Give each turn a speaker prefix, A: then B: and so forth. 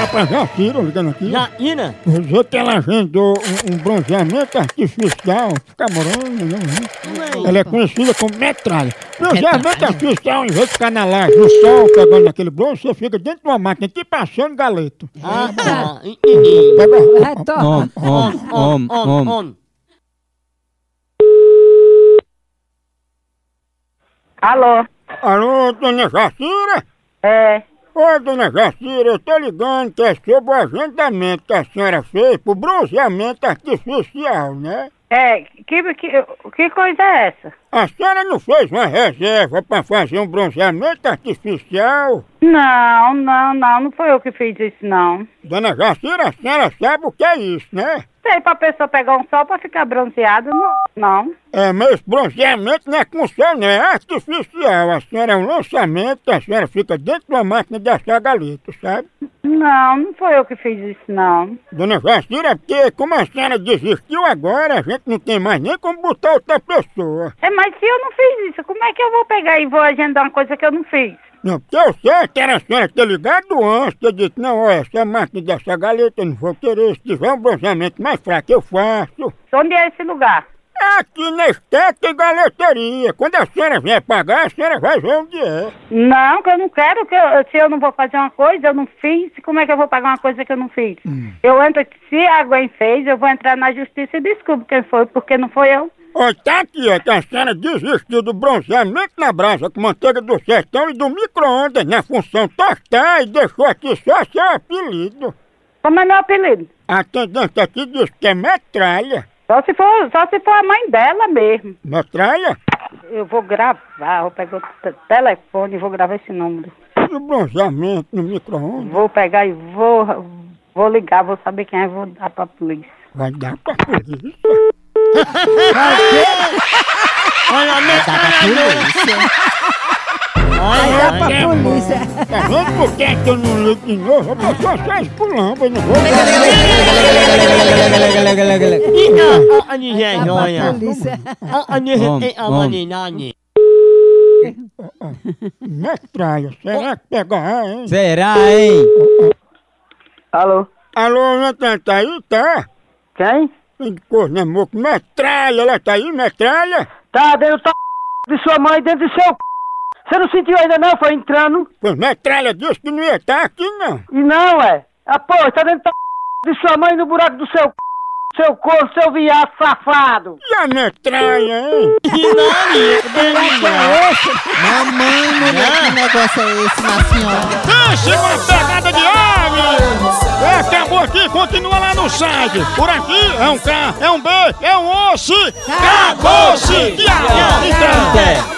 A: Rapaz, Jaciro ligando aqui.
B: Jaina,
A: Roseta, ela agendou um, um bronzeamento artificial, camarões, né? Ela é conhecida como metralha. Bronzeamento artificial, em vez de ficar na laje, no sol, pegando aquele bronze, você fica dentro de uma máquina aqui passando galeto.
B: ah, tá, entendi.
A: Pega a roupa.
C: Retorna.
B: On, on, on, on.
D: Alô?
A: Alô, dona Jacira?
D: É,
A: Ô, dona Jacira, eu tô ligando que é sobre o agendamento que a senhora fez pro bronzeamento artificial, né?
D: é, que, que, que coisa é essa?
A: A senhora não fez uma reserva pra fazer um bronzeamento artificial?
D: Não, não, não, não foi eu que fiz isso, não.
A: Dona Jacira, a senhora sabe o que é isso, né?
D: Sei pra pessoa pegar um sol pra ficar bronzeada, não. não.
A: É, mas esse bronzeamento não é com sol, não, é artificial. A senhora é um lançamento, a senhora fica dentro de uma máquina de assar galeto, sabe?
D: Não, não foi eu que fiz isso, não.
A: Dona Jacira, porque como a senhora desistiu agora, a gente não tem mais nem como botar outra pessoa.
D: É, mas se eu não fiz isso, como é que eu vou pegar e vou agendar uma coisa que eu não fiz?
A: Não, porque eu sei que era a senhora ter ligado antes, ter dito, não, olha, essa máquina dessa galeta eu não vou querer, se tiver um bronzeamento mais fraco eu faço.
D: Onde é esse lugar?
A: É Aqui na esteca e galeteria, quando a senhora vier pagar, a senhora vai ver onde é.
D: Não, que eu não quero, que eu- se eu não vou fazer uma coisa, eu não fiz, como é que eu vou pagar uma coisa que eu não fiz? Eu entro, se alguém fez, eu vou entrar na justiça e descubro quem foi, porque não foi eu.
A: Olha, tá aqui, ó, que a senhora desistiu do bronzeamento na brasa com manteiga do sertão e do micro-ondas na função tostar e deixou aqui só seu apelido.
D: Como é meu apelido?
A: A atendente aqui diz que é metralha.
D: Só se for, só se for a mãe dela mesmo.
A: Metralha?
D: Eu vou gravar, vou pegar o te- telefone e vou gravar esse número.
A: E o bronzeamento no micro-ondas
D: Vou pegar e vou, vou ligar, vou saber quem é, vou dar pra polícia.
A: vai dar pra polícia.
C: Dá pra polícia.
A: Tá vendo por que que eu não ligo de novo? Eu vou só esculamba, eu não vou.
B: Ina, a
C: Dá pra
B: Nigéria,
C: polícia.
B: a Nigéria, a Maninani.
A: Metralha, será que pegará, hein?
E: Será, hein?
D: Alô?
A: Alô, Natan, tá aí, tá?
D: Quem?
A: Tem de cor, né, moco? Metralha, ela tá aí, metralha?
D: Tá dentro de sua mãe, dentro do seu c... Você não sentiu ainda não, foi entrando?
A: Pois metralha disse que não ia estar aqui, não.
D: E não, é. Ah, pô, tá dentro da c... de sua mãe, no buraco do seu c... Seu corpo, seu viado safado.
A: E a metralha, hein?
B: Nigéria,
C: Mamãe, mulher, que negócio é esse na senhora?
A: Pense uma pegada de homem! É, Acabou aqui, continua lá no site. Por aqui é um K, é um B, é um osso. Acabou-se! Acabou-se!